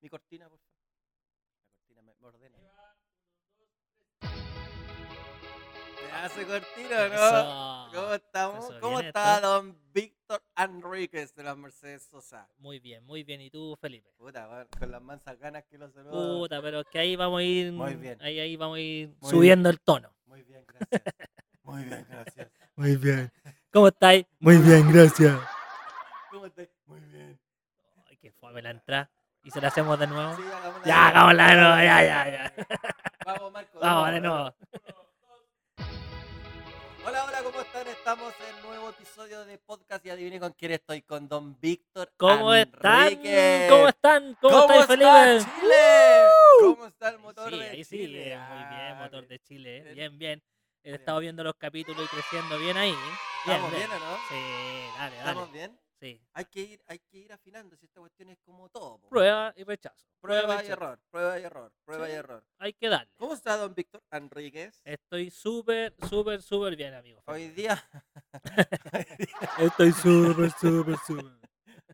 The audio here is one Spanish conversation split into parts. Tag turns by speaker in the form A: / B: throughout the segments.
A: Mi cortina, por favor. La cortina me, me ordena. Me hace cortina, ¿no?
B: Eso.
A: ¿Cómo estamos?
B: Eso,
A: ¿Cómo
B: bien,
A: está
B: esto.
A: don Víctor Enríquez de las Mercedes Sosa?
B: Muy bien, muy bien. ¿Y tú, Felipe?
A: Puta, weón, con las mansas ganas que lo saludo.
B: Puta, pero es que ahí vamos a ir,
A: Muy bien.
B: ahí, ahí vamos a ir
A: Muy
B: subiendo el tono.
A: Muy bien, gracias. Muy bien, gracias.
B: Muy bien. ¿Cómo estáis? Muy bien, gracias.
A: ¿Cómo estás? Muy bien.
B: Ay, qué fome la entrada. ¿Y se la hacemos de nuevo?
A: Sí, hagamos la-
B: ya, hagámosla de nuevo, ya, ya, ya.
A: Vamos, Marco.
B: Vamos de nuevo.
A: Hola, hola, ¿cómo están? Estamos en nuevo episodio de podcast y adivinen con quién estoy, con don Víctor
B: ¿Cómo están?
A: Enríquez.
B: ¿Cómo están? ¿Cómo, estáis,
A: está
B: Felipe?
A: Chile? ¿Cómo está el motor
B: sí,
A: de
B: ahí sí,
A: Chile?
B: eh, muy bien,
A: Ah,
B: motor de Chile. eh.
A: bien.
B: Bien, bien. He
A: Bien.
B: estado viendo los capítulos y creciendo bien ahí. Bien,
A: ¿Estamos bien, o no?
B: Sí, dale,
A: ¿Estamos
B: dale.
A: bien?
B: Sí.
A: Hay que ir, hay que ir afinando, si esta cuestión es como todo. po.
B: Prueba y rechazo.
A: Prueba y
B: rechazo.
A: error, prueba y error, prueba y
B: Sí. Eh,
A: error.
B: Hay que darle.
A: ¿Cómo está don Víctor Enríquez?
B: Estoy súper, súper, súper bien, amigo.
A: Hoy día,
B: Estoy súper, súper, súper.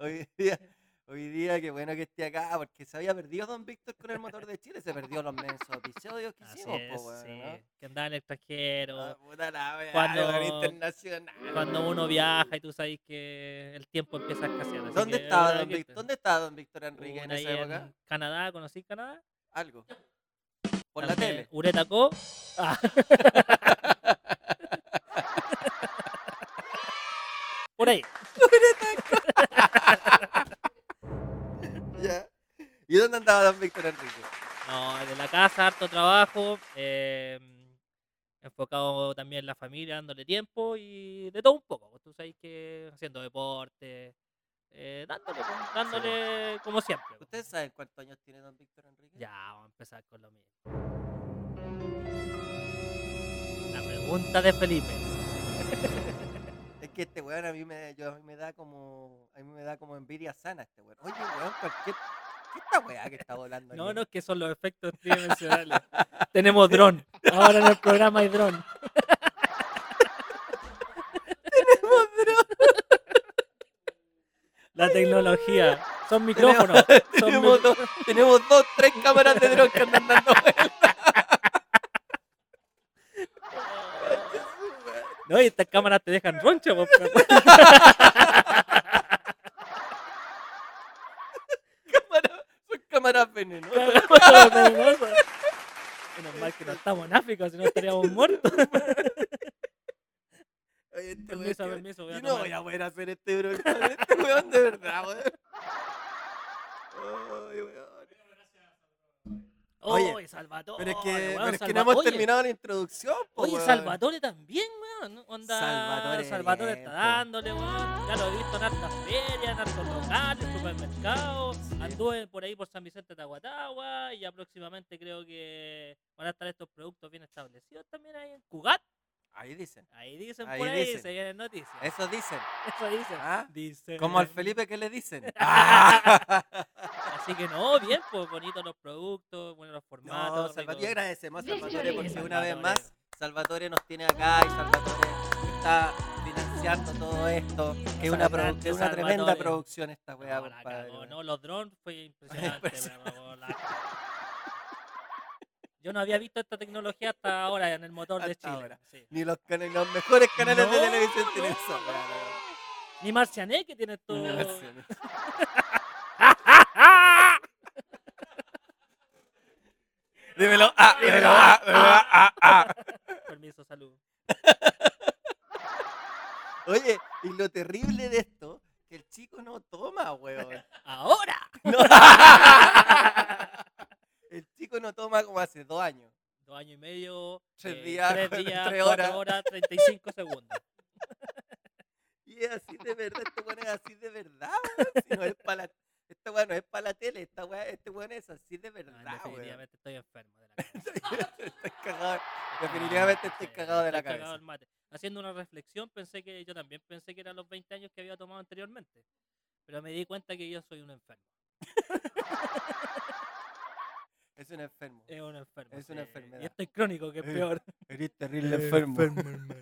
A: hoy día, hoy día, qué bueno que esté acá, porque se había perdido don Víctor con el motor de Chile, se perdió los mensos episodios que
B: Así
A: hicimos,
B: es,
A: po, weón,
B: sí.
A: ¿no?
B: Que andaba en el extranjero.
A: Ah, puta la wea,
B: Cuando-
A: weón, internacional.
B: Cuando uno viaja y tú sabes que el tiempo empieza a escasear. así
A: ¿Dónde
B: que,
A: estaba,
B: eh,
A: don
B: aquí
A: Víctor?
B: está.
A: ¿Dónde estaba don Víctor Enrique en
B: Una
A: esa
B: ahí
A: época?
B: en Canadá, ¿conocí Canadá?
A: Algo. Por la
B: También,
A: tele.
B: Ureta Co. Ah. Por ahí.
A: Ya. ¿Y dónde andaba don Víctor Enrique?
B: No, de la casa, harto trabajo. eh, enfocado también en la familia, dándole tiempo y de todo un poco. pues, Tú sabes que haciendo deporte, eh, dándole, pues, dándole como siempre. pues.
A: ¿Ustedes saben cuántos años tiene don Víctor Enrique?
B: Ya, vamos a empezar con lo mío. La pregunta de Felipe.
A: Es que este weón a mí me, yo, a mí me da como. A mí me da como envidia sana este weón. Oye, weón, cualquier. ¿Qué esta weá que está volando?
B: No,
A: aquí?
B: no, es que son los efectos tridimensionales. Tenemos dron. Ahora en el programa hay dron. Tenemos dron. La tecnología. Son micrófonos. Son
A: Tenemos,
B: mic-
A: dos, tenemos dos, tres cámaras de dron que andan dando vueltas.
B: No, y estas cámaras te dejan roncha. po.
A: Cámara- Son cámaras venenosas.
B: Menos mal
A: Este
B: que no estamos en África, si no estaríamos muertos.
A: Oye, este
B: Permiso,
A: weón que-
B: permiso, voy a
A: Yo no
B: tomar.
A: voy a poder hacer este bro. Este weón de verdad, weón. Ay, weón. Oye,
B: Oye, Oh, Salvatore.
A: Pero es que,
B: weón,
A: pero es que
B: Salva-
A: no hemos
B: oye,
A: terminado la introducción, po,
B: Oye,
A: weón.
B: Salvatore también, weón. ¿no? Onda,
A: Salvatore
B: Salvatore,
A: bien,
B: está
A: po.
B: dándole, weón. Ya lo he visto en hartas ferias, en hartos locales, supermercados. Anduve por ahí por San Vicente de Tahuatahua y ya próximamente creo que van a estar estos productos bien establecidos también ahí en Cugat.
A: Ahí dicen.
B: Ahí dicen
A: Ahí
B: por ahí,
A: dicen.
B: se vienen noticias.
A: Eso dicen.
B: Eso dicen.
A: ¿Ah?
B: Dicen.
A: Como al Felipe, ¿qué le dicen? Ah.
B: Así que no, bien, pues bonitos los productos, buenos los formatos.
A: No, Salvatore, y
B: rico.
A: agradecemos a Salvatore
C: Victory.
A: porque
B: Salvatore.
A: una vez más Salvatore nos tiene acá y Salvatore está financiando todo esto. Que es una, produ- que es una
B: Salvatore.
A: tremenda producción esta
B: No,
A: weá,
B: la
A: compadre.
B: cagó,
A: weón.
B: no, los drones fue impresionante.
A: Impresionante.
B: pero la cagó. Yo no había visto esta tecnología hasta ahora en el motor de
A: Hasta
B: Chile.
A: ahora.
B: sí.
A: Ni los, cana- los mejores canales de
B: No,
A: televisión tienen
B: no,
A: eso,
B: no.
A: weón.
B: Ni Marciané que tiene todo.
A: Dímelo, ah, dímelo, ah, dímelo, ah, ah.
B: Permiso, salud.
A: Oye, y lo terrible de esto, que el chico no toma, weón.
B: ¡Ahora!
A: No. El chico no toma como hace dos años.
B: Dos años y medio.
A: Tres
B: eh,
A: días,
B: Tres
A: tres
B: días,
A: horas.
B: cuatro horas, 35 segundos.
A: Y es así de verdad, este weón es así de verdad, weón. Si no es para la, esta weá no es para la tele, esta weá, este weón es así de
B: No,
A: verdad, weón.
B: definitivamente estoy enfermo de la cabeza.
A: Estoy cagado.
B: Estoy
A: Definitivamente
B: cagado,
A: estoy
B: sí,
A: cagado de la
B: estoy
A: cabeza.
B: del mate. Haciendo una reflexión, pensé que yo también pensé que eran los 20 años que había tomado anteriormente. Pero me di cuenta que yo soy un enfermo.
A: Es un enfermo.
B: Es un enfermo.
A: Es una
B: sí.
A: enfermedad.
B: Y estoy crónico, que es
A: Eh,
B: peor.
A: Eres terrible
B: eh,
A: enfermo.
D: Pero bueno, ahí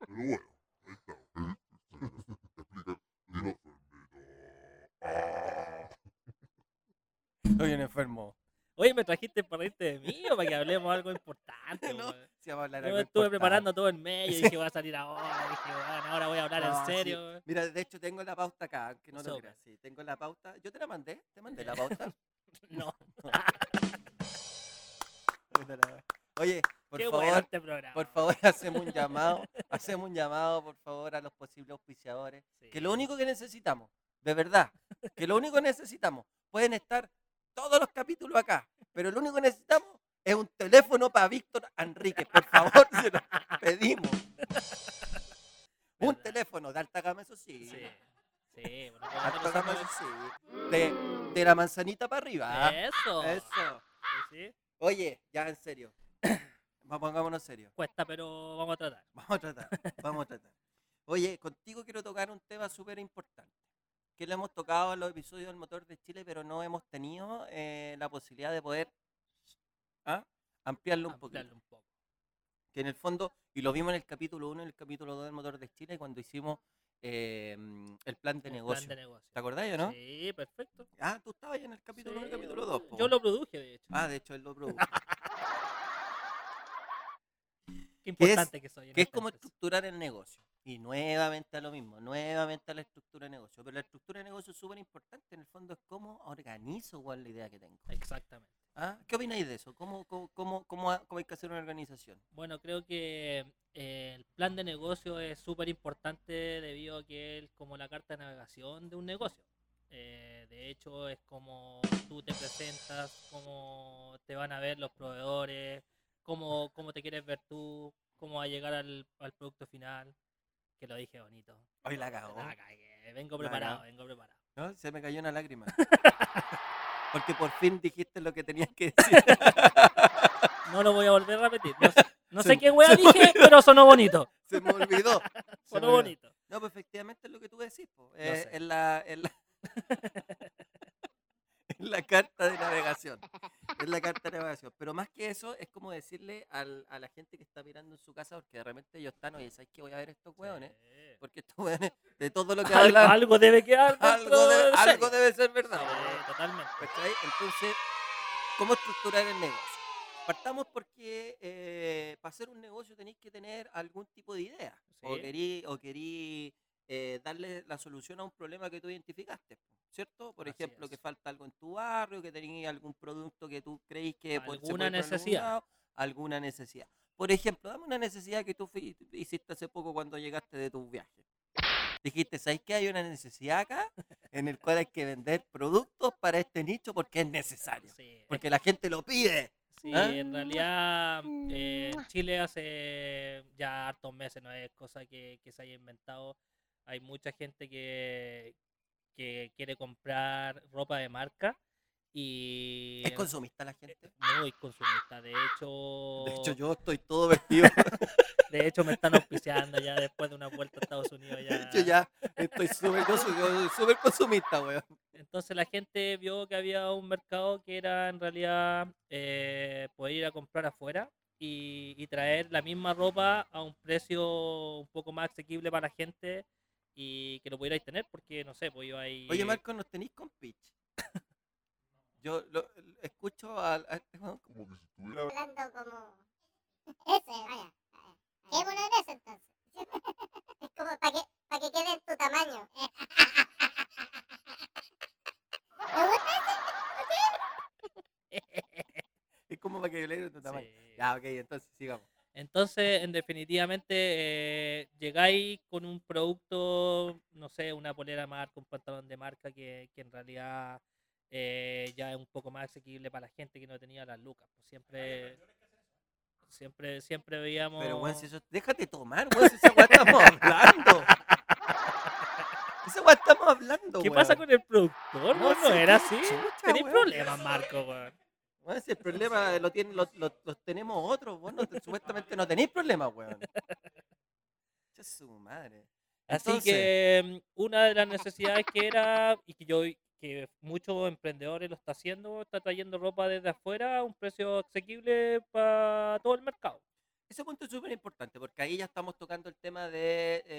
D: está. Explica de la enfermedad. Ah.
A: Soy un enfermo.
B: Oye, me trajiste para reírte de mí o para que hablemos algo importante.
A: No,
B: weón?
A: Sí, vamos a hablar
B: Yo
A: algo
B: me estuve
A: importante.
B: preparando todo el mes y dije, voy a salir ahora. Dije, "Weón, ahora voy a hablar
A: No,
B: en
A: sí.
B: serio. weón".
A: Mira, de hecho tengo la pauta acá, aunque no lo
B: Sobre.
A: creas. Sí, tengo la pauta. Yo te la mandé, te mandé la pauta.
B: No,
A: Puta la- Oye, por
B: qué bueno
A: favor,
B: este programa.
A: por favor, hacemos un llamado, hacemos un llamado, por favor, a los posibles auspiciadores.
B: Sí.
A: Que lo único que necesitamos, de verdad, que lo único que necesitamos, pueden estar todos los capítulos acá, pero lo único que necesitamos es un teléfono para Víctor Enrique. Por favor, se lo pedimos. Un
B: ¿Verdad?
A: teléfono de alta gama, eso sí.
B: Sí, sí, bueno, pues,
A: Alta
B: nosotros
A: gama,
B: somos-
A: eso sí. De, de la manzanita para arriba.
B: Eso.
A: Ah, Eso.
B: Sí, sí.
A: Oye, ya en serio. Vamos, pongámonos en serio.
B: Cuesta, pero vamos a tratar.
A: Vamos a tratar, vamos a tratar. Oye, contigo quiero tocar un tema súper importante, que lo hemos tocado en los episodios del Motor de Chile, pero no hemos tenido eh, la posibilidad de poder ¿ah? ampliarlo un
B: ampliarlo
A: poquito.
B: un poco.
A: Que en el fondo, y lo vimos en el capítulo 1 y en el capítulo 2 del Motor de Chile, cuando hicimos eh, mm, el plan de
B: un
A: negocio.
B: Plan de negocio.
A: ¿Te acordás o no?
B: Sí, perfecto.
A: Ah, tú estabas ya en el capítulo 1 y
B: Sí,
A: el capítulo 2.
B: Yo lo produje, de hecho.
A: Ah, de hecho, él lo produjo.
B: Qué
A: que es-
B: importante que soy. en
A: que es
B: esta
A: como
B: empresa.
A: estructurar el negocio. Y nuevamente a lo mismo, nuevamente a la estructura de negocio. Pero la estructura de negocio es súper importante, en el fondo es cómo organizo igual la idea que tengo.
B: Exactamente.
A: ¿Ah? ¿Qué opináis de eso? ¿Cómo, cómo, cómo, cómo ha- cómo hay que hacer una organización?
B: Bueno, creo que eh, el plan de negocio es súper importante debido a que es como la carta de navegación de un negocio. Eh, de hecho, es como tú te presentas, cómo te van a ver los proveedores, cómo, cómo te quieres ver tú, cómo va a llegar al, al producto final. Que lo dije bonito.
A: Hoy la
B: La
A: cagó.
B: cagué, Vengo
A: La
B: preparado,
A: cagó.
B: vengo preparado.
A: ¿no? Se me cayó una lágrima. Porque por fin dijiste lo que tenías que decir.
B: No lo voy a volver a repetir. No sé, no
A: Se-
B: sé qué wea
A: se
B: dije, pero sonó bonito.
A: Se me olvidó. Se me
B: Sonó
A: olvidó.
B: bonito.
A: No, pues efectivamente es lo que tú decís. po.
B: Yo
A: Eh,
B: sé.
A: en, la, en, la, en la carta de navegación. Es la carta de navegación. Pero más que eso, es como decirle al- a la gente que está mirando en su casa, porque de repente ellos están, oye, ¿sabes qué voy a ver estos hueones?
B: Sí.
A: Porque estos hueones, de todo lo que
B: Al-
A: hablan,
B: algo debe quedar dentro
A: algo, de-
B: del
A: algo
B: sello.
A: debe Pues, ser verdad. po.
B: Sí, totalmente.
A: ¿Cachai? Entonces, ¿cómo estructurar el negocio? Partamos porque eh, para hacer un negocio tenéis que tener algún tipo de idea. O
B: Sí.
A: querí, o querí eh, darle la solución a un problema que tú identificaste, ¿cierto? Por
B: Así
A: ejemplo, que
B: es.
A: falta algo en tu barrio, que tenéis algún producto que tú creís que po- se
B: Alguna
A: puede ir por algún
B: necesidad.
A: lado, alguna necesidad. Por ejemplo, dame una necesidad que tú fui- hiciste hace poco cuando llegaste de tus viajes. Dijiste, ¿sabes qué? Hay una necesidad acá en el cual hay que vender productos para este nicho porque es necesario.
B: Sí, es
A: Porque la gente lo pide.
B: que- sí,
A: ¿Ah?
B: en realidad eh, Chile hace ya hartos meses, no es cosa que, que se haya inventado. Hay mucha gente que, que quiere comprar ropa de marca y
A: ¿Es consumista la gente?
B: muy consumista. De hecho,
A: De hecho, yo estoy todo vestido.
B: de hecho, me están auspiciando ya después de una vuelta a Estados Unidos.
A: De hecho, ya estoy súper yo soy- yo soy súper consumista, weón.
B: Entonces la gente vio que había un mercado que era en realidad eh, poder ir a comprar afuera y, y traer la misma ropa a un precio un poco más asequible para la gente y que lo pudierais tener porque no sé, pues yo ahí...
A: Oye, Marco, ¿nos tenéis con pitch? Yo lo, escucho a, a este weón como-
D: Como que si estuviera
C: hablando como ese, vaya. Quedémonos en eso entonces. Es como para que, pa' que quede en tu tamaño. ¿Te gusta?
A: es como para que yo lea de tu tamaño.
B: Sí.
A: Ya, ok, entonces sigamos.
B: Entonces, en definitivamente, eh, llegáis con un producto, no sé, una polera marca, un pantalón de marca que, que en realidad eh, ya es un poco más asequible para la gente que no tenía las lucas. Pues siempre, siempre, siempre veíamos.
A: Pero, weón, si eso. Déjate tomar, weón, si esa weá estamos hablando. Esa weá estamos hablando,
B: ¿Qué pasa
A: weón.
B: con el productor?
A: No
B: No, no
A: sé,
B: era
A: qué
B: así.
A: chucha,
B: Tenéis
A: weón.
B: problemas, Marco, weón.
A: Weón, si el problema lo tienen, lo- lo- los tenemos otros, vos no te- supuestamente no tenéis problemas, weón. Echa su madre.
B: Así
A: Entonces-
B: que mm, una de las necesidades que era, y que yo vi que muchos emprendedores lo está haciendo, está trayendo ropa desde afuera a un precio asequible para todo el mercado.
A: Ese punto es súper importante porque ahí ya estamos tocando el tema de.
B: La-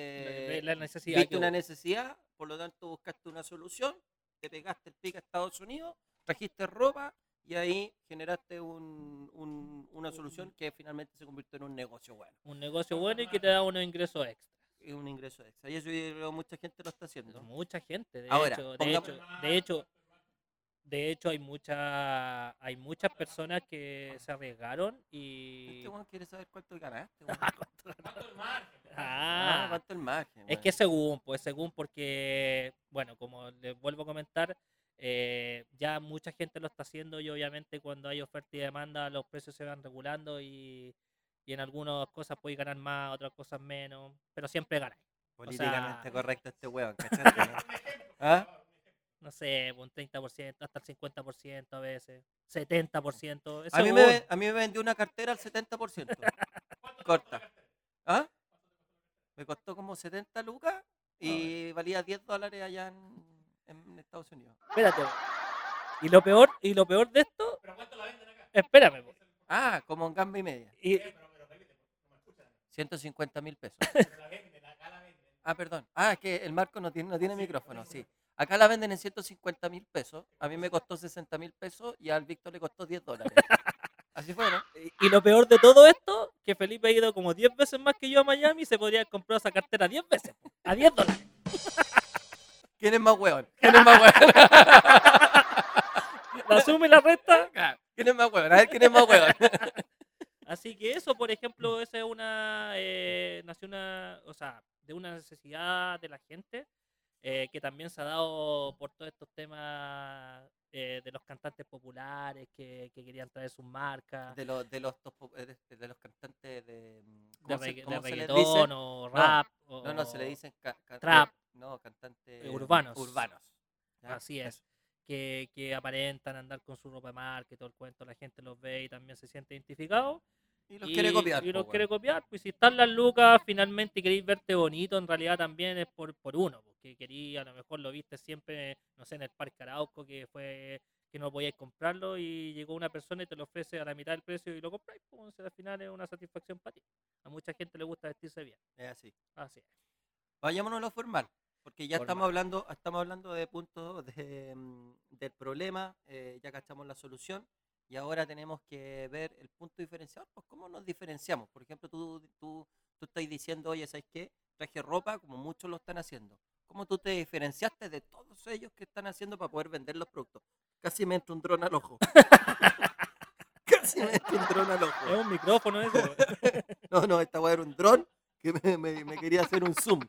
A: eh,
B: la necesidad
A: viste
B: que
A: una
B: hubo.
A: necesidad, por lo tanto buscaste una solución, te pegaste el pico a Estados Unidos, trajiste ropa y ahí generaste un- un- una solución que finalmente se convirtió en un negocio bueno,
B: Un
A: Ah,
B: negocio bueno y que te da unos ingresos extra.
A: y un ingreso extra. Y eso yo creo que mucha gente lo está haciendo.
B: Mucha gente, de
A: Ahora,
B: hecho, de
A: pongamos-
B: hecho, de hecho, de hecho hay mucha, hay muchas personas que se arriesgaron y
A: Este weón quiere saber cuánto ganaste. weón. Ah,
B: ah,
A: cuánto el margen.
B: es
A: weón.
B: que según, pues según porque bueno, como les vuelvo a comentar, eh, ya mucha gente lo está haciendo y obviamente cuando hay oferta y demanda los precios se van regulando y, y en algunas cosas puedes ganar más, otras cosas menos, pero siempre ganas.
A: políticamente
B: sea-
A: correcto este weón, ¿cachaste? no? ¿Ah?
B: no sé, un 30%, hasta el 50% a veces, 70%.
A: A,
B: ese
A: mí
B: hueón.
A: me, a mí me vendió una cartera al 70%. Corta. ¿Ah? Me costó como 70 lucas y valía 10 dólares allá en, en Estados Unidos.
B: Espérate. Y lo peor, y lo peor de esto. Espérame. po.
A: Ah, como en gamba y media.
B: Y,
A: 150 mil pesos. Ah, perdón. Ah, es que el Marco no tiene, no tiene micrófono, Ah, sí. Acá la venden en 150 mil pesos. A mí me costó 60 mil pesos y al Víctor le costó 10 dólares. Así fue, ¿no?
B: y lo peor de todo esto, que Felipe ha ido como 10 veces más que yo a Miami y se podría comprar esa cartera 10 veces. po, A 10 dólares.
A: ¿Quién es más hueón? ¿Quién es más hueón?
B: La suma y la resta.
A: ¿Quién es más hueón? A ver, ¿quién es más hueón?
B: Así que eso, por ejemplo, esa es una. eh, nació una. O sea, de una necesidad de la gente eh, que también se ha dado por todos estos temas eh, de los cantantes populares que, que querían traer sus marcas.
A: De, los de, los, top- de, de los cantantes de... mm,
B: de,
A: ¿Cómo, se-
B: regga- de
A: cómo se les
B: reggaetón
A: dice?
B: o rap. o-
A: No, no, se le dicen... ca- ca- eh,
B: Trap.
A: No, cantantes...
B: Eh, urbanos.
A: Urbanos. ¿ya?
B: Así es.
A: Eso.
B: Que, que aparentan andar con su ropa de marca y todo el cuento, la gente los ve y también se siente identificado.
A: Y los quiere copiar.
B: Y
A: po,
B: los
A: hueón.
B: quiere copiar. Pues si están las lucas, finalmente y queréis verte bonito, en realidad también es por, por uno. Porque querí, a lo mejor lo viste siempre, no sé, en el Parque Arauco, que fue que no podíais comprarlo y llegó una persona y te lo ofrece a la mitad del precio y lo compráis. Pues, o sea, al final es una satisfacción para ti. A mucha gente le gusta vestirse bien.
A: Es así.
B: Así es.
A: Vayámonos a lo formal, porque ya estamos
B: Formal.
A: hablando, estamos hablando de puntos de, mm, del problema, eh, ya cachamos la solución y ahora tenemos que ver el punto diferenciador, pues cómo nos diferenciamos. Por ejemplo, tú, tú, tú estás diciendo, oye, ¿sabes qué? Traje ropa como muchos lo están haciendo. ¿Cómo tú te diferenciaste de todos ellos que están haciendo para poder vender los productos? Casi me entra un dron al ojo. Casi me entra un dron al ojo.
B: Es un micrófono eso.
A: No, no, esta weá era un dron que me, me- me quería hacer un zoom.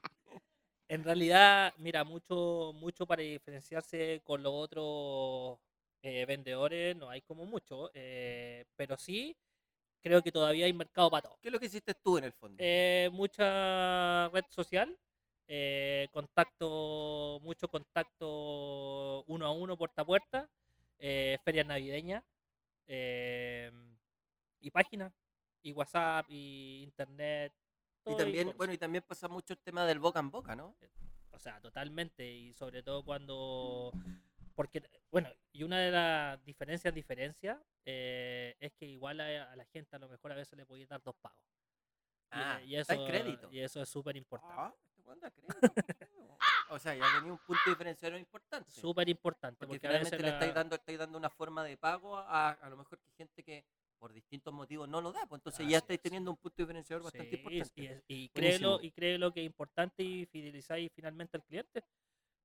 B: En realidad, mira, mucho, mucho para diferenciarse con los otros eh, vendedores no hay como mucho, eh, pero sí creo que todavía hay mercado para todo.
A: ¿Qué es lo que hiciste tú en el fondo?
B: Eh, mucha red social, eh, contacto, mucho contacto uno a uno, puerta a puerta, eh, ferias navideñas eh, y páginas, y WhatsApp, y internet.
A: Y
B: todo el
A: también,
B: comercio.
A: bueno, y también pasa mucho el tema del boca en boca, ¿no?
B: Eh, O sea, totalmente. Y sobre todo cuando. Porque, bueno, y una de las diferencias, diferencias, eh, es que igual a, a la gente a lo mejor a veces le podía dar dos pagos. Y- ah, y,
A: Ah, está en
B: eso,
A: crédito.
B: y eso es súper importante.
A: Ah, este weón da crédito, weón. o sea, ya tenía un punto diferenciador importante.
B: Súper importante.
A: porque,
B: Porque, a
A: finalmente
B: veces
A: le estáis
B: la-
A: dando, estáis dando una forma de pago a, a lo mejor que gente que por distintos motivos no lo da. Pues entonces
B: Así
A: ya estáis
B: es.
A: teniendo un punto diferenciador bastante
B: Sí,
A: importante.
B: Y, es- y
A: Buenísimo.
B: créelo, y créelo que es importante y fidelizáis finalmente al cliente.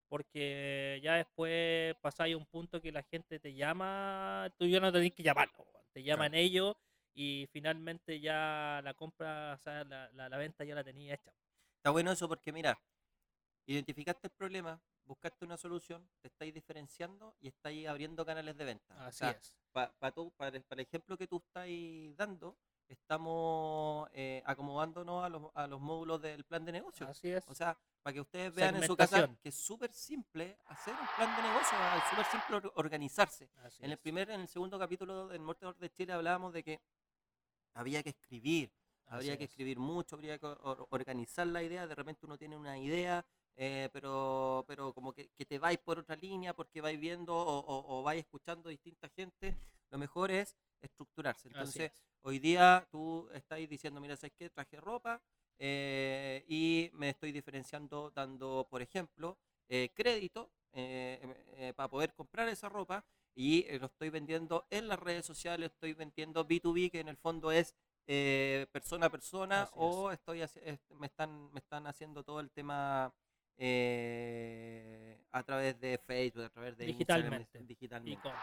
B: Porque ya después pasáis a un punto que la gente te llama, tú ya no tenés que llamarlo, weón, te llaman ellos y finalmente ya la compra, o sea, la, la- la venta ya la tenía hecha.
A: Está bueno eso porque, mira, identificaste el problema, buscaste una solución, te estáis diferenciando y estáis abriendo canales de venta. O
B: Así
A: sea,
B: es.
A: pa- pa tú- para, el- para el ejemplo que tú estás dando, estamos eh, acomodándonos a los, a los módulos del plan de negocio.
B: Así es.
A: O sea, para que ustedes vean en su casa
B: Segmentación.
A: que es súper simple hacer un plan de negocio, es súper simple or- organizarse.
B: así
A: En el
B: es.
A: primer, en el segundo capítulo del Norte de Chile hablábamos de que había que escribir, habría
B: Así
A: que
B: es.
A: escribir mucho, habría que or- organizar la idea, de repente uno tiene una idea, eh, pero, pero como que, que te vais por otra línea porque vais viendo o, o- o vais escuchando distinta gente, lo mejor es estructurarse.
B: Así
A: Entonces,
B: es.
A: hoy día tú estáis diciendo, mira, ¿sabes qué? Traje ropa eh, y me estoy diferenciando dando, por ejemplo, eh, crédito eh, em- eh, para poder comprar esa ropa y eh, lo estoy vendiendo en las redes sociales, estoy vendiendo B2B, que en el fondo es eh, persona a persona,
B: Así
A: o estoy haci- es- me, están, me están haciendo todo el tema eh, a través de Facebook, a través de Instagram,
B: Digitalmente. Y
A: digitalmente.
B: con-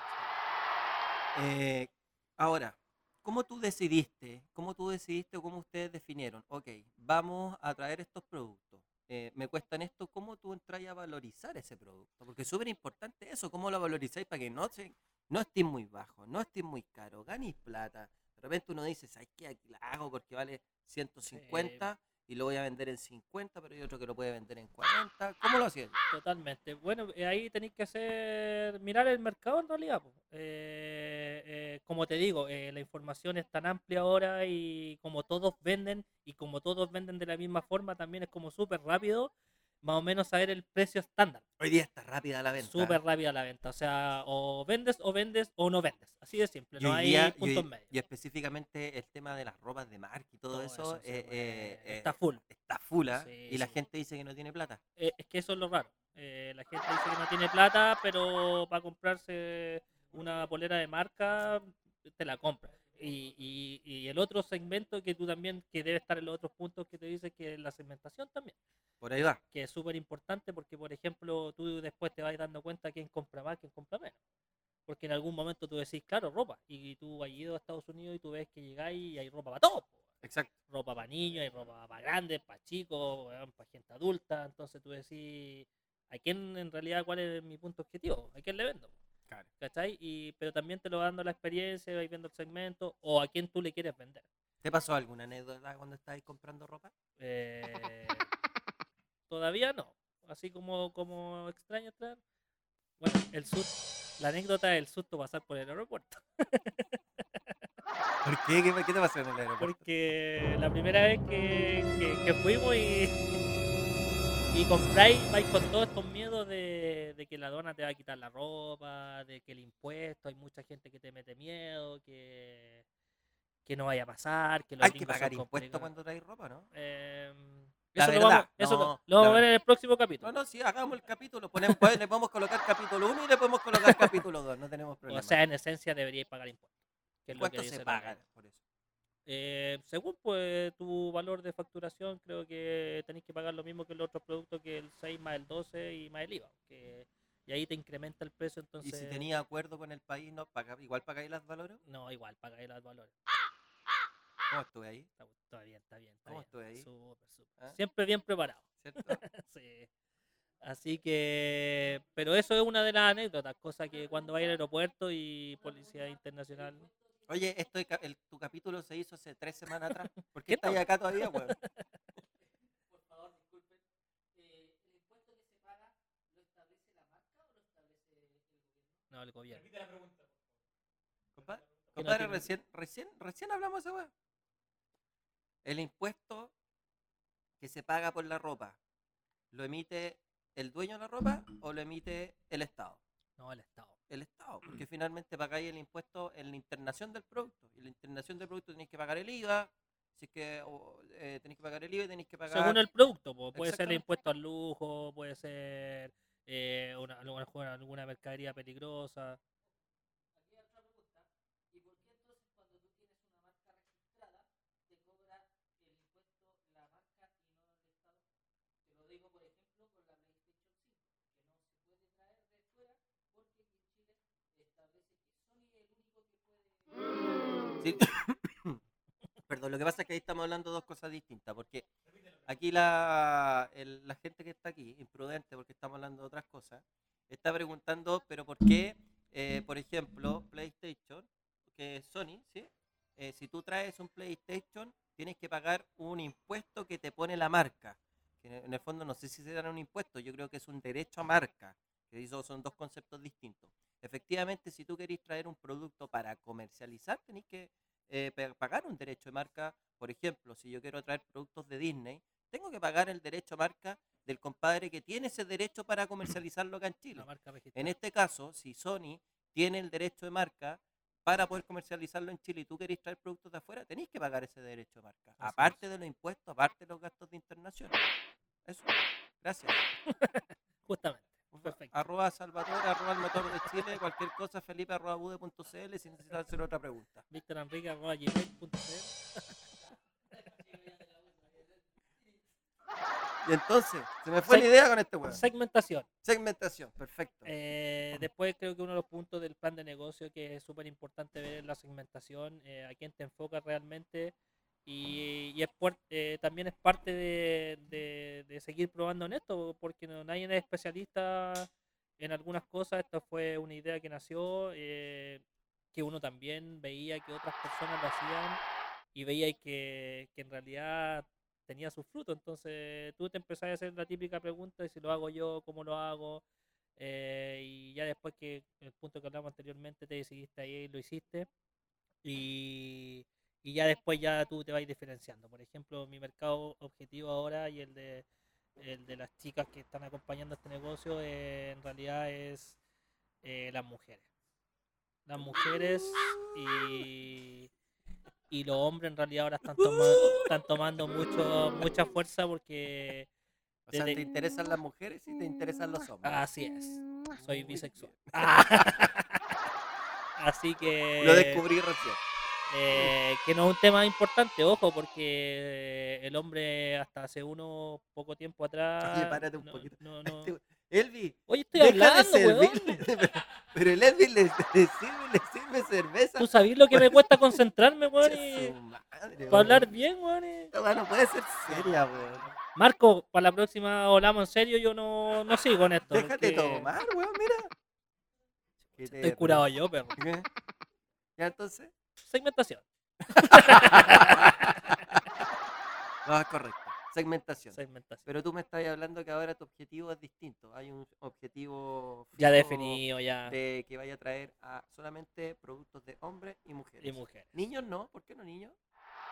A: Eh, ahora, ¿cómo tú decidiste? ¿Cómo tú decidiste o cómo ustedes definieron? Ok, vamos a traer estos productos. eh, me cuestan esto, ¿cómo tú entras a valorizar ese producto? Porque es súper importante eso, ¿cómo lo valorizáis para que no, se, no estés muy bajo, no estés muy caro, ganes plata? De repente uno dice, ¿sabes qué? Aquí la hago porque vale 150 y lo voy a vender en 50, pero hay otro que lo puede vender en 40. ¿Cómo lo hacían?
B: Totalmente. Bueno, eh, ahí tenéis que hacer, mirar el mercado en realidad. po. Eh, eh, como te digo, eh, la información es tan amplia ahora y como todos venden y como todos venden de la misma forma, también es como súper rápido, más o menos saber el precio estándar.
A: Hoy día está rápida la venta.
B: Súper rápida la venta. O sea, o vendes o vendes o no vendes. Así de simple.
A: Y
B: No
A: hoy
B: hay
A: día- y hoy-
B: puntos medios.
A: Y específicamente el tema de las ropas de marca y todo,
B: Todo
A: eso,
B: eso se
A: eh, eh,
B: mueve.
A: eh,
B: Está full.
A: está full, ¿ah?
B: Sí,
A: y la
B: sí.
A: gente dice que no tiene plata.
B: Eh, es que eso es lo raro. Eh, la gente dice que no tiene plata, pero para comprarse una polera de marca, te la compra. Y, y- y el otro segmento que tú también, que debe estar en los otros puntos que te dice que es la segmentación también,
A: Por ahí va.
B: que es súper importante porque, por ejemplo, tú después te vas dando cuenta quién compra más, quién compra menos. Porque en algún momento tú decís, claro, ropa. Y tú has ido a Estados Unidos y tú ves que llegáis y hay ropa para todos. po
A: Exacto.
B: ropa para niños, hay ropa para grandes, para chicos, para gente adulta. Entonces tú decís, ¿a quién en realidad cuál es mi punto objetivo? ¿A quién le vendo?
A: Claro.
B: ¿Cachai? Y, pero también te lo va dando la experiencia, vais viendo el segmento o a quién tú le quieres vender.
A: ¿Te pasó alguna anécdota cuando estabas comprando ropa?
B: Eh, todavía no. Así como, como extraño traer. Bueno, el susto, la anécdota del susto pasar por el aeropuerto.
A: ¿Por qué? ¿Qué, qué te pasó en el aeropuerto?
B: Porque la primera vez que, que- que fuimos y, y compráis, vais con todos estos miedos de, de que la aduana te va a quitar la ropa, de que el impuesto, hay mucha gente que te mete miedo, que, que no vaya a pasar, que los
A: Hay que
B: gringos son
A: pagar impuestos
B: complicados.
A: cuando traes ropa, ¿no?
B: Em,
A: La
B: eso lo
A: verdad,
B: vamos, eso lo-
A: no,
B: lo
A: la
B: vamos a ver en el próximo
A: No,
B: capítulo.
A: no, sí, hagamos el capítulo. Ponemos, pues, le podemos colocar capítulo 1 y le podemos colocar capítulo 2. No tenemos problema.
B: o sea, en esencia deberíais pagar impuestos. que es lo que
A: ¿Cuánto se
B: dice la
A: paga
B: ley.
A: por eso?
B: Eh, según pues tu valor de facturación, creo que tenéis que pagar lo mismo que los otros productos, que el 6 más el 12 y más el IVA. Que, y ahí te incrementa el precio,
A: Y
B: entonces...
A: si tenía acuerdo con el país, no paga, igual pagáis los valores.
B: No, igual, pagáis los valores.
A: ¿Cómo estuve ahí?
B: Está, bu- está bien, está bien. Está
A: ¿Cómo
B: bien.
A: estoy ahí?
B: Súper, súper.
A: ¿Ah?
B: Siempre bien preparado.
A: ¿Cierto?
B: Sí. Así que... Pero eso es una de las anécdotas, cosa que cuando vais al aeropuerto y Policía Internacional...
A: Oye, esto de ca- el- tu capítulo se hizo hace tres semanas atrás. ¿Por
B: ¿Qué
A: qué estás
B: tal?
A: acá todavía, weón?
B: Por favor, disculpen. ¿El impuesto que se paga lo establece la marca o lo establece el gobierno? No, el gobierno.
A: Compa-
B: Que no
A: Compadre,
B: tiene-
A: recién, recién, recién hablamos de esa weá. El impuesto que se paga por la ropa, ¿lo emite el dueño de la ropa o lo emite el Estado?
B: No, el Estado.
A: El Estado, porque finalmente pagáis el impuesto en la internación del producto. Y en la internación del producto tenéis que pagar el IVA, si es que o, eh, tenéis que pagar el IVA y tenéis que pagar...
B: Según el producto, po, puede ser
A: Exactamente.
B: impuesto al lujo, puede ser eh, una, alguna, alguna- alguna mercadería peligrosa.
A: Sí. Perdón, lo que pasa es que ahí estamos hablando dos cosas distintas, porque aquí la, el- la gente que está aquí, imprudente porque estamos hablando de otras cosas, está preguntando, pero ¿por qué, eh, por ejemplo, PlayStation, que es Sony, ¿sí? Eh, si tú traes un PlayStation, tienes que pagar un impuesto que te pone la marca. Que en el fondo no sé si será un impuesto, yo creo que es un derecho a marca, que eso son dos conceptos distintos. Efectivamente, si tú querés traer un producto para comercializar, tenéis que eh, pe- pagar un derecho de marca. Por ejemplo, si yo quiero traer productos de Disney, tengo que pagar el derecho de marca del compadre que tiene ese derecho para comercializarlo acá en Chile.
B: La marca registrada.
A: En este caso, si Sony tiene el derecho de marca para poder comercializarlo en Chile y tú querés traer productos de afuera, tenéis que pagar ese derecho de marca.
B: Así es.
A: aparte de los impuestos, aparte de los gastos de internación. Eso. Gracias.
B: Justamente.
A: Por
B: Perfecto.
A: arroba Salvatore, arroba el motor de Chile, cualquier cosa, Felipe, arroba bude.cl, si necesitas hacer otra pregunta.
B: Víctor Enrique, arroba gmail.cl.
A: Y entonces, se me fue
B: Seg-
A: la idea con este weón.
B: Segmentación.
A: Segmentación, perfecto.
B: Eh, después creo que uno de los puntos del plan de negocio que es súper importante ver es la segmentación, eh, a quién te enfocas realmente y, y es puer- eh, también es parte de, de- de seguir probando en esto porque no, nadie es especialista en algunas cosas, esta fue una idea que nació, eh, que uno también veía que otras personas lo hacían y veía que, que en realidad tenía su fruto, entonces tú te empezás a hacer la típica pregunta de si lo hago yo, cómo lo hago, eh, y ya después que el punto que hablamos anteriormente te decidiste ahí y lo hiciste y, y ya después ya tú te vas diferenciando por ejemplo mi mercado objetivo ahora y el de el de las chicas que están acompañando este negocio eh, en realidad es eh, las mujeres las mujeres y y los hombres en realidad ahora están, toma- están tomando mucho mucha fuerza porque
A: o sea,
B: desde-
A: te interesan las mujeres y te interesan los hombres.
B: así es Ah, soy
A: Muy
B: bisexual.
A: bien.
B: Así que.
A: Lo descubrí recién.
B: eh, que no es un tema importante, ojo, porque el hombre hasta hace uno poco tiempo atrás.
A: Oye, párate un
B: no-
A: poquito.
B: no- no-
A: Este Elvi,
B: Oye, estoy
A: deja de
B: hablando, weón.
A: servirle. pero- Pero el Elvi le, le sirve, le sirve cerveza.
B: Tú sabes lo que me cuesta concentrarme, weón.
A: Che, su
B: y-
A: madre,
B: Para
A: weón.
B: hablar bien, weón. y-
A: Esta weá no puede ser seria, weón.
B: Marco, para la próxima hablamos en serio, yo no, no sigo en esto.
A: Déjate
B: porque
A: tomar, weón, mira. Qué
B: Estoy
A: terrible.
B: curado yo, pero.
A: ¿Qué? ¿Ya entonces?
B: Segmentación.
A: No, es correcto. Segmentación.
B: Segmentación.
A: Pero tú me estás hablando que ahora tu objetivo es distinto. Hay un objetivo
B: Ya
A: fijo
B: definido, ya.
A: de que vaya a traer a solamente productos de hombres y mujeres.
B: Y mujeres.
A: Niños no, ¿por qué no niños?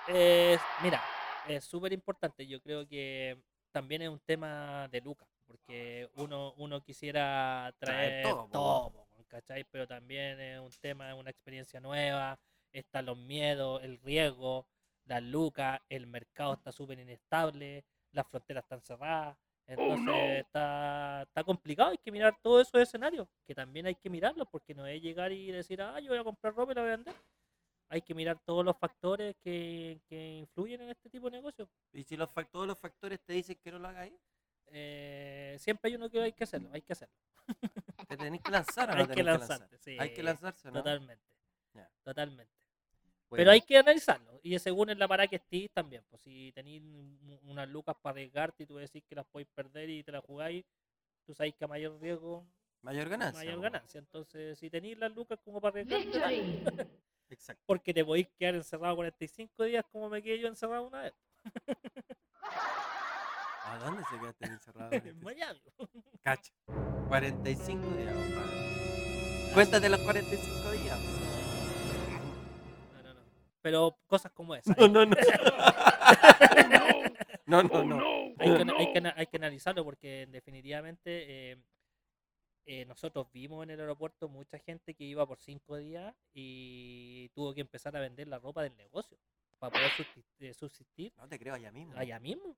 B: Es- mira, es súper importante. Yo creo que también es un tema de lucas, porque uno, uno quisiera traer
A: todo,
B: todo,
A: po,
B: po, ¿cachai? Pero también es un tema, es una experiencia nueva. Están los miedos, el riesgo, las lucas, el mercado está súper inestable, las fronteras están cerradas.
A: Oh,
B: Entonces está, está complicado, hay que mirar todos esos escenarios, que también hay que mirarlos, porque no es llegar y decir, ah, yo voy a comprar ropa y la voy a vender. Hay que mirar todos los factores que, que influyen en este tipo de negocio.
A: Y si los fac- todos los factores te dicen que no lo hagáis,
B: Eh, siempre hay uno que hay que hacerlo, hay que hacerlo.
A: te tenés que lanzar o no
B: hay
A: tenés
B: que lanzarse, sí,
A: Hay que lanzarse, ¿no?
B: Totalmente.
A: Ya.
B: Totalmente.
A: Bueno,
B: Pero hay que analizarlo. Y según en la parada que estés también. Pues si tenéis un- unas lucas para arriesgarte y tú decís que las podéis perder y te las jugáis, tú sabéis que a mayor riesgo,
A: mayor ganancia.
B: mayor
A: po.
B: ganancia. Entonces, si tenéis las lucas como para arriesgarte, dale.
A: Exacto.
B: porque te podéis quedar encerrado 45 días como me quedé yo encerrado una vez.
A: ¿A dónde se quedaste encerrado?
B: En
A: Mauricio?
B: Miami.
A: Este, Cacha. 45 días, compadre. Cuéntate los 45 días.
B: No, no, no. Pero cosas como esas.
A: No, no, no. No, no,
B: Oh,
A: no.
B: hay, que, ana- hay que ana- hay que analizarlo porque definitivamente eh, eh, nosotros vimos en el aeropuerto mucha gente que iba por cinco días y tuvo que empezar a vender la ropa del negocio para poder subsist- eh, subsistir
A: No te creo allá mismo.
B: allá mismo.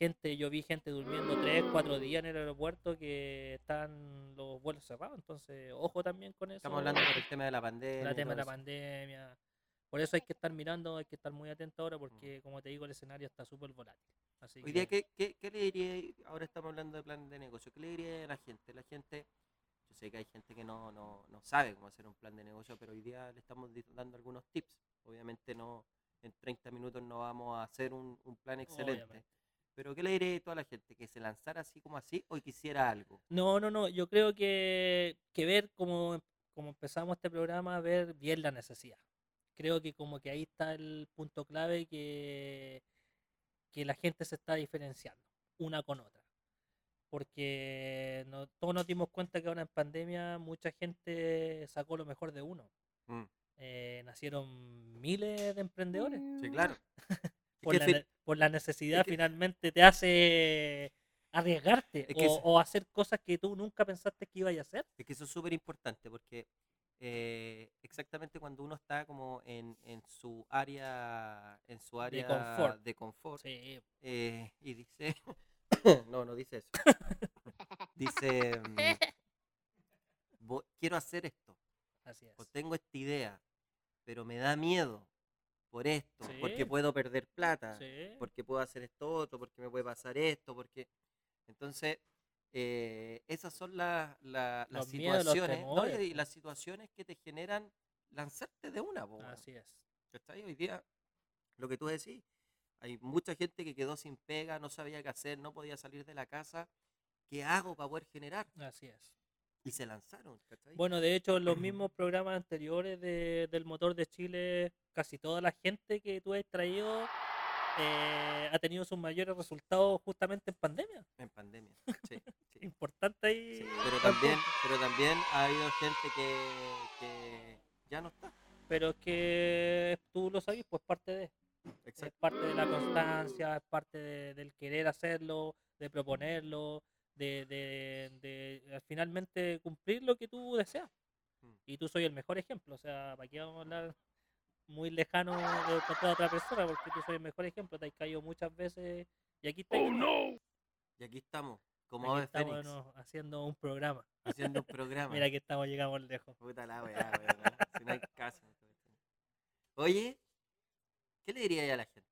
B: Gente, yo vi gente durmiendo tres, cuatro días en el aeropuerto que están los vuelos cerrados, entonces ojo también con eso.
A: Estamos hablando por el tema de la pandemia.
B: el
A: y
B: tema de la
A: todo eso.
B: pandemia. Por eso hay que estar mirando, hay que estar muy atento ahora porque, como te digo, el escenario está súper volátil. Así
A: Mm. Hoy día,
B: que-
A: ¿qué, qué, qué le diría? Ahora estamos hablando de plan de negocio. ¿Qué le diría a la gente? La gente, yo sé que hay gente que no, no, no sabe cómo hacer un plan de negocio, pero hoy día le estamos di- dando algunos tips. Obviamente no, en 30 minutos no vamos a hacer un, un plan excelente.
B: Obviamente.
A: Pero ¿qué le diré a toda la gente? ¿Que se lanzara así como así o quisiera algo?
B: No, no, no. Yo creo que, que ver como, como empezamos este programa, ver bien la necesidad. Creo que como que ahí está el punto clave que, que la gente se está diferenciando una con otra. Porque no, todos nos dimos cuenta que ahora en pandemia mucha gente sacó lo mejor de uno.
A: Mm.
B: Eh, nacieron miles de emprendedores.
A: Sí, claro.
B: Mm. Por
A: que
B: la,
A: fi-
B: ne- por la necesidad
A: que-
B: finalmente te hace arriesgarte
A: Es que
B: o,
A: es-
B: o hacer cosas que tú nunca pensaste que ibas a hacer.
A: Es que eso es súper importante porque eh, exactamente cuando uno está como en, en su área en su área
B: confort.
A: de confort,
B: Sí,
A: eh, y dice no no dice eso Dice, mm, "Vo- quiero hacer esto,
B: Así es.
A: o tengo esta idea, pero me da miedo por esto,
B: Sí.
A: porque puedo perder plata,
B: Sí.
A: porque puedo hacer esto otro, porque me puede pasar esto, porque... Entonces, eh, esas son las, la- las
B: Los miedos, los
A: situaciones, ¿no?
B: temores,
A: y
B: po.
A: las situaciones que te generan lanzarte de una, po, weón.
B: Así es.
A: ¿Cachai? Hoy día, lo que tú decís, hay mucha gente que quedó sin pega, no sabía qué hacer, no podía salir de la casa. ¿Qué hago para poder generar?
B: Así es.
A: Y se lanzaron, ¿cachai?
B: Bueno, de hecho, en los mismos programas anteriores de- del motor de Chile, casi toda la gente que tú has traído eh, ha tenido sus mayores resultados justamente en pandemia.
A: En pandemia. sí, sí,
B: Importante ahí.
A: sí. Pero
B: dar
A: también,
B: punto.
A: pero también ha habido gente que, que ya no está.
B: Pero es que tú lo sabes, pues parte de. Es
A: Exacto.
B: parte de la constancia, es parte de- del querer hacerlo, de proponerlo, de, de- de, eh, finalmente cumplir lo que tú deseas.
A: Mm.
B: Y tú soy el mejor ejemplo, o sea, ¿para qué vamos a hablar muy lejano de contra otra persona? Porque tú soy el mejor ejemplo, te has caído muchas veces y aquí estás,
A: Y aquí estamos, ¡Oh, como
B: Eh. aquí
A: Ave
B: estamos de
A: Fénix,
B: nuevo haciendo un programa.
A: haciendo un programa.
B: Mira que estamos, llegamos lejos.
A: Puta la weá, weón, ¿eh? Si no hay casa. Oye, ¿qué le diría a la gente?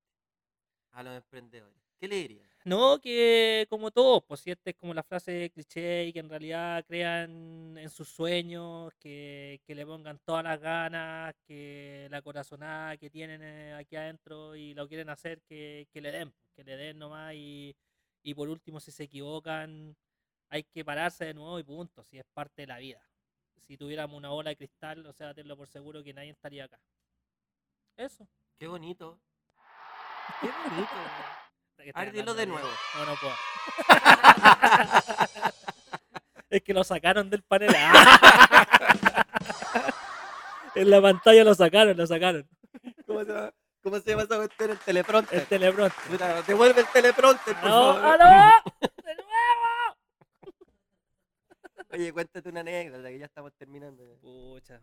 A: A los emprendedores. ¿Qué le diría?
B: No, que como todos, pues si esta es como la frase cliché y que en realidad crean en sus sueños, que, que le pongan todas las ganas, que la corazonada que tienen eh, aquí adentro y lo quieren hacer, que, que le den, pues, que le den nomás y, y por último si se equivocan hay que pararse de nuevo y punto, si es parte de la vida. Si tuviéramos una bola de cristal, o sea, tenlo por seguro que nadie estaría acá. Eso.
A: Qué bonito. Qué bonito.
B: que
A: A
B: estoy
A: ver, dilo
B: hablando
A: de
B: bien.
A: nuevo.
B: No, no puedo. es que lo sacaron del panel. Ah. en la pantalla lo sacaron, lo sacaron.
A: ¿Cómo se llama, ¿Cómo se llama esa cuestión? El ah, teleprompter.
B: El teleprompter.
A: Puta, devuelve el teleprompter, por
B: ¡Aló!
A: favor.
B: aló! ah, ¡De nuevo!
A: Oye, cuéntate una anécdota que ya estamos terminando.
B: Pucha.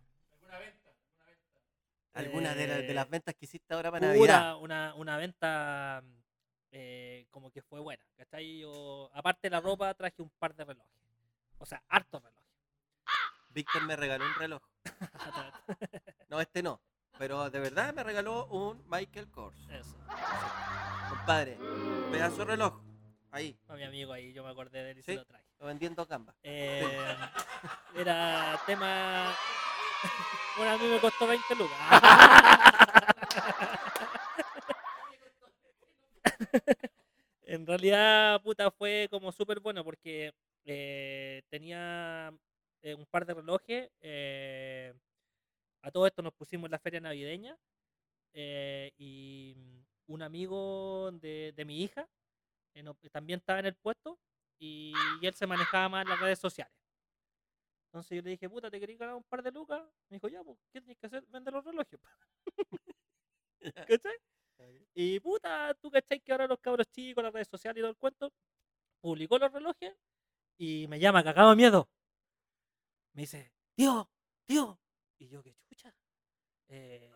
A: ¿Alguna de, la- de las
B: Eh,
A: ventas que hiciste ahora para
B: Hubo
A: Navidad?
B: una, una, una venta eh, como que fue buena. ¿Cachai? Yo, aparte de la ropa, traje un par de relojes. O sea, hartos relojes.
A: Víctor me regaló un reloj. No, este no. Pero de verdad me regaló un Michael Kors.
B: Eso.
A: Compadre, pedazo de reloj. Ahí,
B: A mi amigo ahí, yo me acordé de él y se
A: ¿Sí?
B: lo traje.
A: lo vendiendo a Canva.
B: Eh, era tema. Bueno, a mí me costó 20 lucas. en realidad, puta, fue como súper bueno porque eh, tenía eh, un par de relojes. eh, a todo esto nos pusimos en la feria navideña eh, y un amigo de, de mi hija eh, no- también estaba en el puesto y, y él se manejaba más en las redes sociales. Entonces yo le dije, puta, ¿te querés ganar un par de lucas? Me dijo, ya, pues, ¿qué tienes que hacer? Vende los relojes. po". ¿Cachai? Y puta, tú cachai que ahora los cabros chicos, las redes sociales y todo el cuento, publicó los relojes y me llama cagado de miedo. Me dice, tío, tío. Y yo, qué chucha. Eh,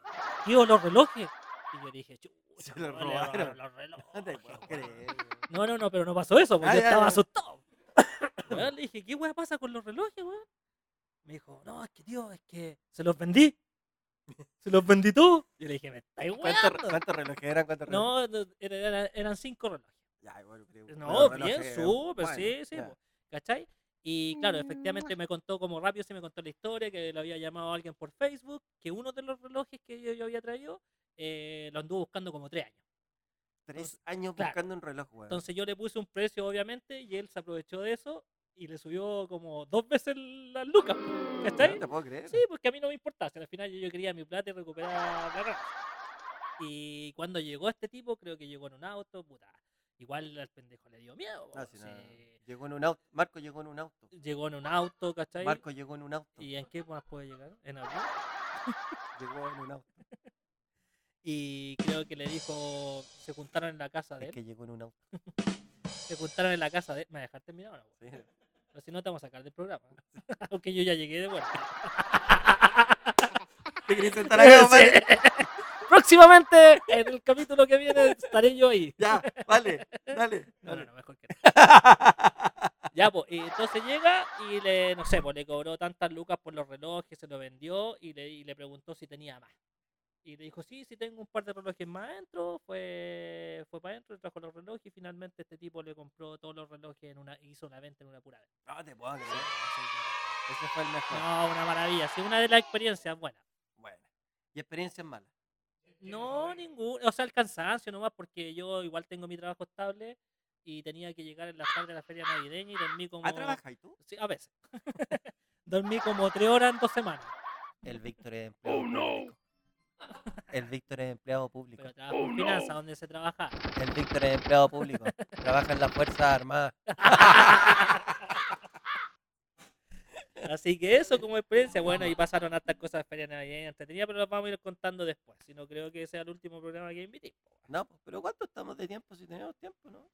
B: tío, los relojes. Y yo dije, chucha,
A: Se los
B: no, le robaron
A: robaron.
B: los
A: No te
B: relojes,
A: puedo
B: weón".
A: creer, weón.
B: No, no, no, pero no pasó eso, porque
A: Ah,
B: yo
A: ya,
B: estaba
A: ya.
B: asustado. Weón, le dije, ¿qué weá pasa con los relojes, weón? Me dijo, no, es que tío, es que se los vendí. Se los vendí tú. Yo le dije, me estáis
A: ¿Cuántos re-
B: weando.
A: cuántos relojes eran? ¿Cuántos relojes?
B: No, no, era- era- eran cinco relojes.
A: Ya, igual, pero-
B: No,
A: pero
B: bien,
A: relojes,
B: súper,
A: bueno,
B: sí, sí,
A: ya. Mm.
B: po, ¿cachai? Y claro, efectivamente me contó como rápido, se me contó la historia, que lo había llamado alguien por Facebook, que uno de los relojes que yo, yo había traído eh, lo anduvo buscando como tres años.
A: Tres años
B: claro.
A: buscando un reloj, weón.
B: Entonces yo le puse un precio, obviamente, y él se aprovechó de eso y le subió como dos veces las lucas. po,
A: No
B: ¿Cachai?
A: te puedo creer.
B: Sí, porque a mí no me importaba. si al final yo, yo quería mi plata y recuperar la ganancia. Y cuando llegó este tipo, creo que llegó en un auto, puta. Igual al pendejo le dio miedo.
A: No,
B: po,
A: si Ah, no,
B: sí.
A: Llegó en un auto. Marco llegó en un auto.
B: Llegó en un auto, ¿cachai?
A: Marco llegó en un auto.
B: ¿Y en qué más puede llegar? En avión.
A: Llegó en un auto.
B: Y creo que le dijo, se juntaron en la casa de
A: Es
B: él.
A: que llegó en un auto.
B: Se juntaron en la casa de él. ¿Me vas a dejar terminar o no?
A: sí.
B: Pero si no, te vamos a sacar del programa. Aunque yo ya llegué de vuelta.
A: ¿Te querés sentar acá, compadre?
B: Próximamente, en el capítulo que viene, estaré yo ahí.
A: Ya, vale, dale.
B: No, no,
A: dale.
B: no, mejor que Ya, pues, y entonces llega y le, no sé, pues le cobró tantas lucas por los relojes, se lo vendió y le, y le preguntó si tenía más. Y le dijo, sí, sí tengo un par de relojes más adentro, fue, fue para adentro, trajo los relojes y finalmente este tipo le compró todos los relojes en una, hizo una venta en una pura venta.
A: No te puedo creer.
B: Así que,
A: Ese fue el mejor.
B: No, una maravilla, sí, una de las experiencias buenas.
A: Bueno. Y experiencias malas.
B: No, ningún, o sea, el cansancio nomás, porque yo igual tengo mi trabajo estable y tenía que llegar en la tarde a la feria navideña y dormí como...
A: ¿Ah, trabajas y tú?
B: Sí, a veces. Dormí como tres horas en dos semanas.
A: El Víctor es empleado. público. El Víctor es empleado público.
B: Pero trabajo en finanzas, donde se trabaja.
A: El Víctor es empleado público. Trabaja en las Fuerzas Armadas.
B: Así que eso como experiencia. Bueno, y pasaron hartas cosas de feria navideña entretenida, pero las vamos a ir contando después. Si no creo que sea el último programa que invité.
A: No, pues, pero ¿cuánto estamos de tiempo si tenemos tiempo, no?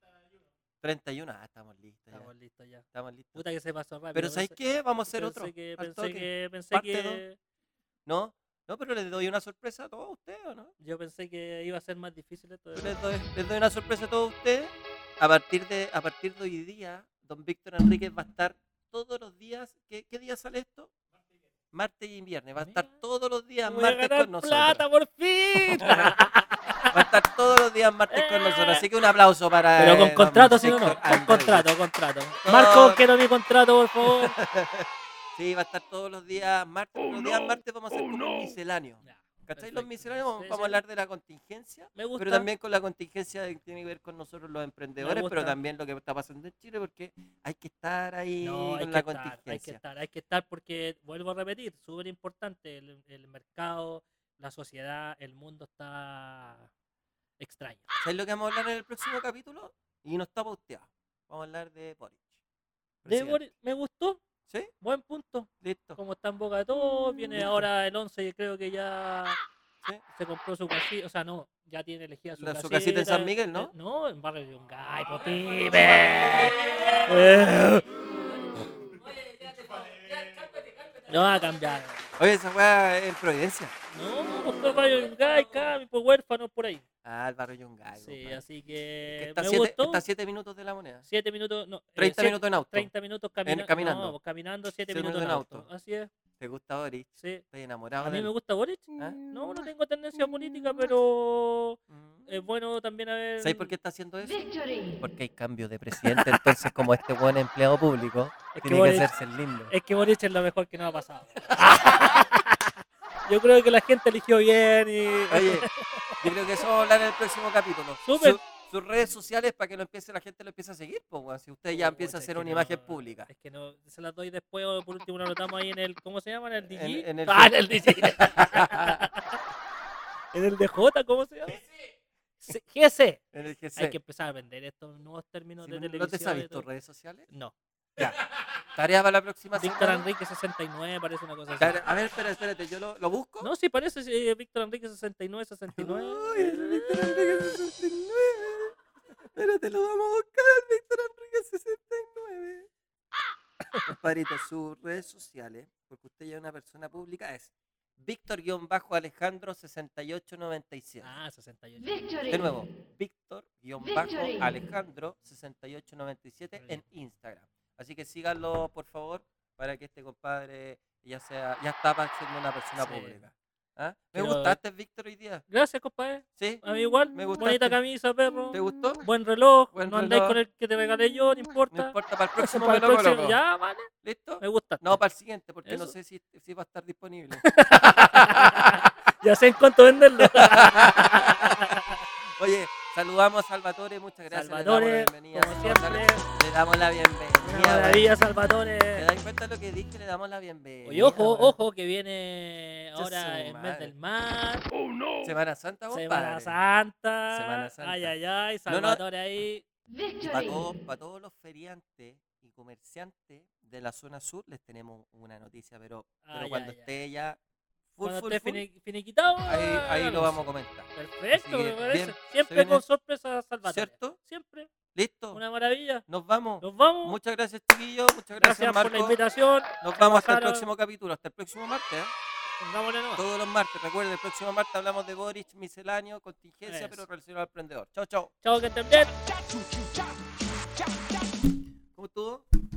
A: 31. 31, ah, estamos listos. ya,
B: Estamos listos ya.
A: Estamos listos.
B: Puta que se pasó rápido.
A: Pero ¿sabes qué? Vamos a hacer otro.
B: Pensé que,
A: al
B: pensé
A: toque.
B: que, pensé
A: Parte
B: que,
A: ¿No? No, pero les doy una sorpresa a todos ustedes, ¿o no?
B: yo pensé que iba a ser más difícil esto.
A: Yo
B: De...
A: les doy, les doy una sorpresa a todos ustedes. A partir de, a partir de hoy día, don Víctor Enríquez va a estar todos los días. ¿Qué, qué día sale esto? Martes y viernes. Va a estar
B: Mira.
A: todos los días
B: Voy a
A: martes
B: ganar
A: con nosotros.
B: plata por fin.
A: Va a estar todos los días martes con
B: Eh.
A: nosotros. Así que un aplauso para.
B: Pero con
A: eh, don
B: contrato, si no, no.
A: Víctor
B: Con
A: Enríquez.
B: contrato, contrato. Marco,
A: Con-
B: quiero mi contrato, por favor.
A: Sí, va a estar todos los días martes.
B: Oh,
A: los días martes vamos a hacer como un misceláneo.
B: Ya,
A: ¿Cachai?
B: perfecto.
A: Los misceláneos vamos,
B: Sí,
A: vamos
B: sí,
A: a hablar de la contingencia.
B: Me gusta.
A: pero también con la contingencia de que tiene que ver con nosotros los emprendedores, pero
B: gusta.
A: también lo que está pasando en Chile, porque hay que estar ahí
B: No, hay
A: con
B: que,
A: la
B: estar, hay que
A: contingencia.
B: estar, hay que estar porque, vuelvo a repetir, súper importante, el, el mercado, la sociedad, el mundo está extraño.
A: ¿Sabes lo que vamos a hablar en el próximo capítulo? Y no está pauteado. Vamos a hablar de Boric.
B: De
A: Presidente.
B: Boric, me gustó,
A: ¿Sí?
B: buen punto,
A: Listo.
B: como está en boca de todos, viene
A: Listo.
B: ahora el 11 y creo que ya
A: Sí.
B: se compró su casita, o sea, no, ya tiene elegida su
A: La-
B: casita.
A: su casita en San Miguel, ¿no?
B: eh, no, en Barrio de Yungay, po, pibe. Eh. No va a cambiar.
A: Oye, esa weá es en Providencia.
B: No, pues fue Barrio Yungay, Cami, pues huérfanos por ahí.
A: Ah, el barrio Yungay.
B: sí,
A: compadre.
B: así
A: Que
B: que,
A: está,
B: me
A: siete,
B: gustó.
A: está siete minutos de la moneda.
B: Siete minutos, no. eh,
A: 30
B: siete-
A: minutos en auto.
B: 30 minutos camina-
A: caminando.
B: no, pues caminando, siete
A: Siete
B: minutos en
A: minutos en
B: auto.
A: auto.
B: Así es,
A: ¿Te gusta Boric?
B: sí.
A: Estoy enamorado
B: A
A: de
B: mí
A: él.
B: me gusta Boric.
A: ¿Ah?
B: No, no tengo tendencia política, pero
A: Mm.
B: es bueno también a ver.
A: ¿Sabes por qué está haciendo eso?
E: Victory!
A: Porque hay cambio de presidente, entonces como este buen empleado público,
B: Es que
A: tiene que
B: Boric-
A: hacerse el lindo.
B: Es que Boric es lo mejor que nos ha pasado. Yo creo que la gente eligió bien y.
A: Oye, yo creo que eso vamos a hablar en el próximo capítulo.
B: Súper.
A: Su- sus redes sociales para que lo empiece, la gente lo empiece a seguir, pues, weón, si usted ya empieza a
B: Pucha, es
A: hacer
B: que
A: una imagen
B: no,
A: pública.
B: Es que no, se las doy después o por último la anotamos ahí en el. ¿Cómo se llama? En el DG.
A: En- en el-
B: ah, en el DG. en el DJ, ¿cómo se llama? Sí, GC.
A: En el GC.
B: Hay que empezar a vender estos nuevos términos
A: Si
B: de
A: no-
B: televisión.
A: ¿No te
B: y
A: sabes tus
B: todo.
A: redes sociales?
B: No.
A: Tarea para la próxima
B: Víctor
A: semana.
B: Enrique 69 parece una cosa así.
A: Tarea- A ver, espera, espérate, yo lo, lo busco.
B: No, sí, parece eh, Víctor Enrique 69, 69.
A: Uy, el Víctor Enrique 69. Espérate, lo vamos a buscar el Víctor Enrique 69. Compadrito, sus redes sociales, porque usted ya es una persona pública, es Víctor-Alejandro6897.
B: Ah, 68.
E: Victory!
A: De nuevo,
E: Victory.
A: Víctor-Alejandro6897 en Instagram. Así que síganlo, por favor, para que este compadre ya sea ya está para ser una persona
B: Sí.
A: pública. ¿Ah? Me
B: Pero-
A: gustaste, Víctor, hoy día.
B: Gracias, compadre.
A: Sí.
B: A mí igual.
A: Me
B: Bonita
A: gustaste.
B: camisa, perro.
A: ¿Te gustó?
B: Buen reloj.
A: Buen
B: no andáis
A: reloj.
B: con el que te regalé yo, no
A: No
B: importa.
A: importa, para el próximo
B: Para
A: me lo
B: el próximo-
A: coloco.
B: Ya, vale.
A: ¿Listo?
B: Me gusta.
A: No, para el siguiente, porque no
B: Eso.
A: sé si, si va a estar disponible.
B: ya sé en cuánto venderlo.
A: Oye, saludamos a Salvatore, muchas gracias. le damos la
B: Salvatore,
A: bienvenida,
B: como
A: Salvatore.
B: siempre.
A: Le damos la
B: Una
A: bienvenida.
B: maravilla,
A: weón. ¿Te
B: Salvatore.
A: das cuenta lo que dije? Le damos la bienvenida.
B: Oye, ojo,
A: weón.
B: ojo, que viene
A: Concha su
B: ahora el mes
A: madre.
B: del mar.
A: Semana Santa, compadre.
B: Semana Santa.
A: Semana Santa.
B: Ay, ay, ay.
A: No, no.
B: Salvatore ahí.
A: Y para
E: Victory!
A: todos, para todos los feriantes y comerciantes de la zona sur les tenemos una noticia, pero, pero
B: Ay,
A: cuando
B: ay, ay.
A: esté ya full,
B: Cuando
A: full,
B: esté
A: full,
B: fini- finiquitado.
A: ahí, ahí lo
B: hagamos.
A: vamos a comentar.
B: Perfecto,
A: Así
B: me
A: que,
B: parece.
A: bien, se
B: Siempre
A: viene-
B: con sorpresa Salvatore.
A: ¿Cierto?
B: Siempre.
A: ¿Listo?
B: Una maravilla.
A: Nos vamos.
B: Nos vamos.
A: Muchas gracias, chiquillos. Muchas gracias,
B: gracias por la
A: Marco.
B: invitación.
A: Nos vamos hasta el
B: Gonzalo.
A: próximo capítulo, hasta el próximo martes. ¿eh?
B: Pongámosle nomás.
A: Todos los martes. Recuerden, el próximo martes hablamos de Boric, misceláneo, contingencia,
B: Eso.
A: pero relacionado al emprendedor. Chao, chao.
B: Chao, que estén bien.
A: ¿Cómo estuvo?